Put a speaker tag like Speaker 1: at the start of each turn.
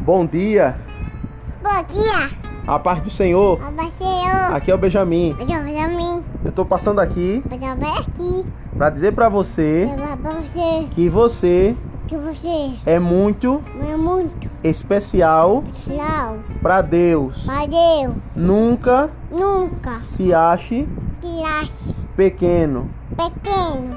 Speaker 1: Bom dia,
Speaker 2: Bom dia,
Speaker 1: a paz do Senhor.
Speaker 2: abaixei
Speaker 1: Aqui é o Benjamin.
Speaker 2: eu. Beijão pra mim,
Speaker 1: Eu tô passando aqui
Speaker 2: beijão pra aqui.
Speaker 1: pra dizer pra você
Speaker 2: Levar pra você,
Speaker 1: que você
Speaker 2: que você
Speaker 1: é muito
Speaker 2: é muito
Speaker 1: especial
Speaker 2: especial.
Speaker 1: pra Deus.
Speaker 2: Valeu,
Speaker 1: Nunca
Speaker 2: nunca
Speaker 1: se ache
Speaker 2: te ache
Speaker 1: pequeno.
Speaker 2: pequeno.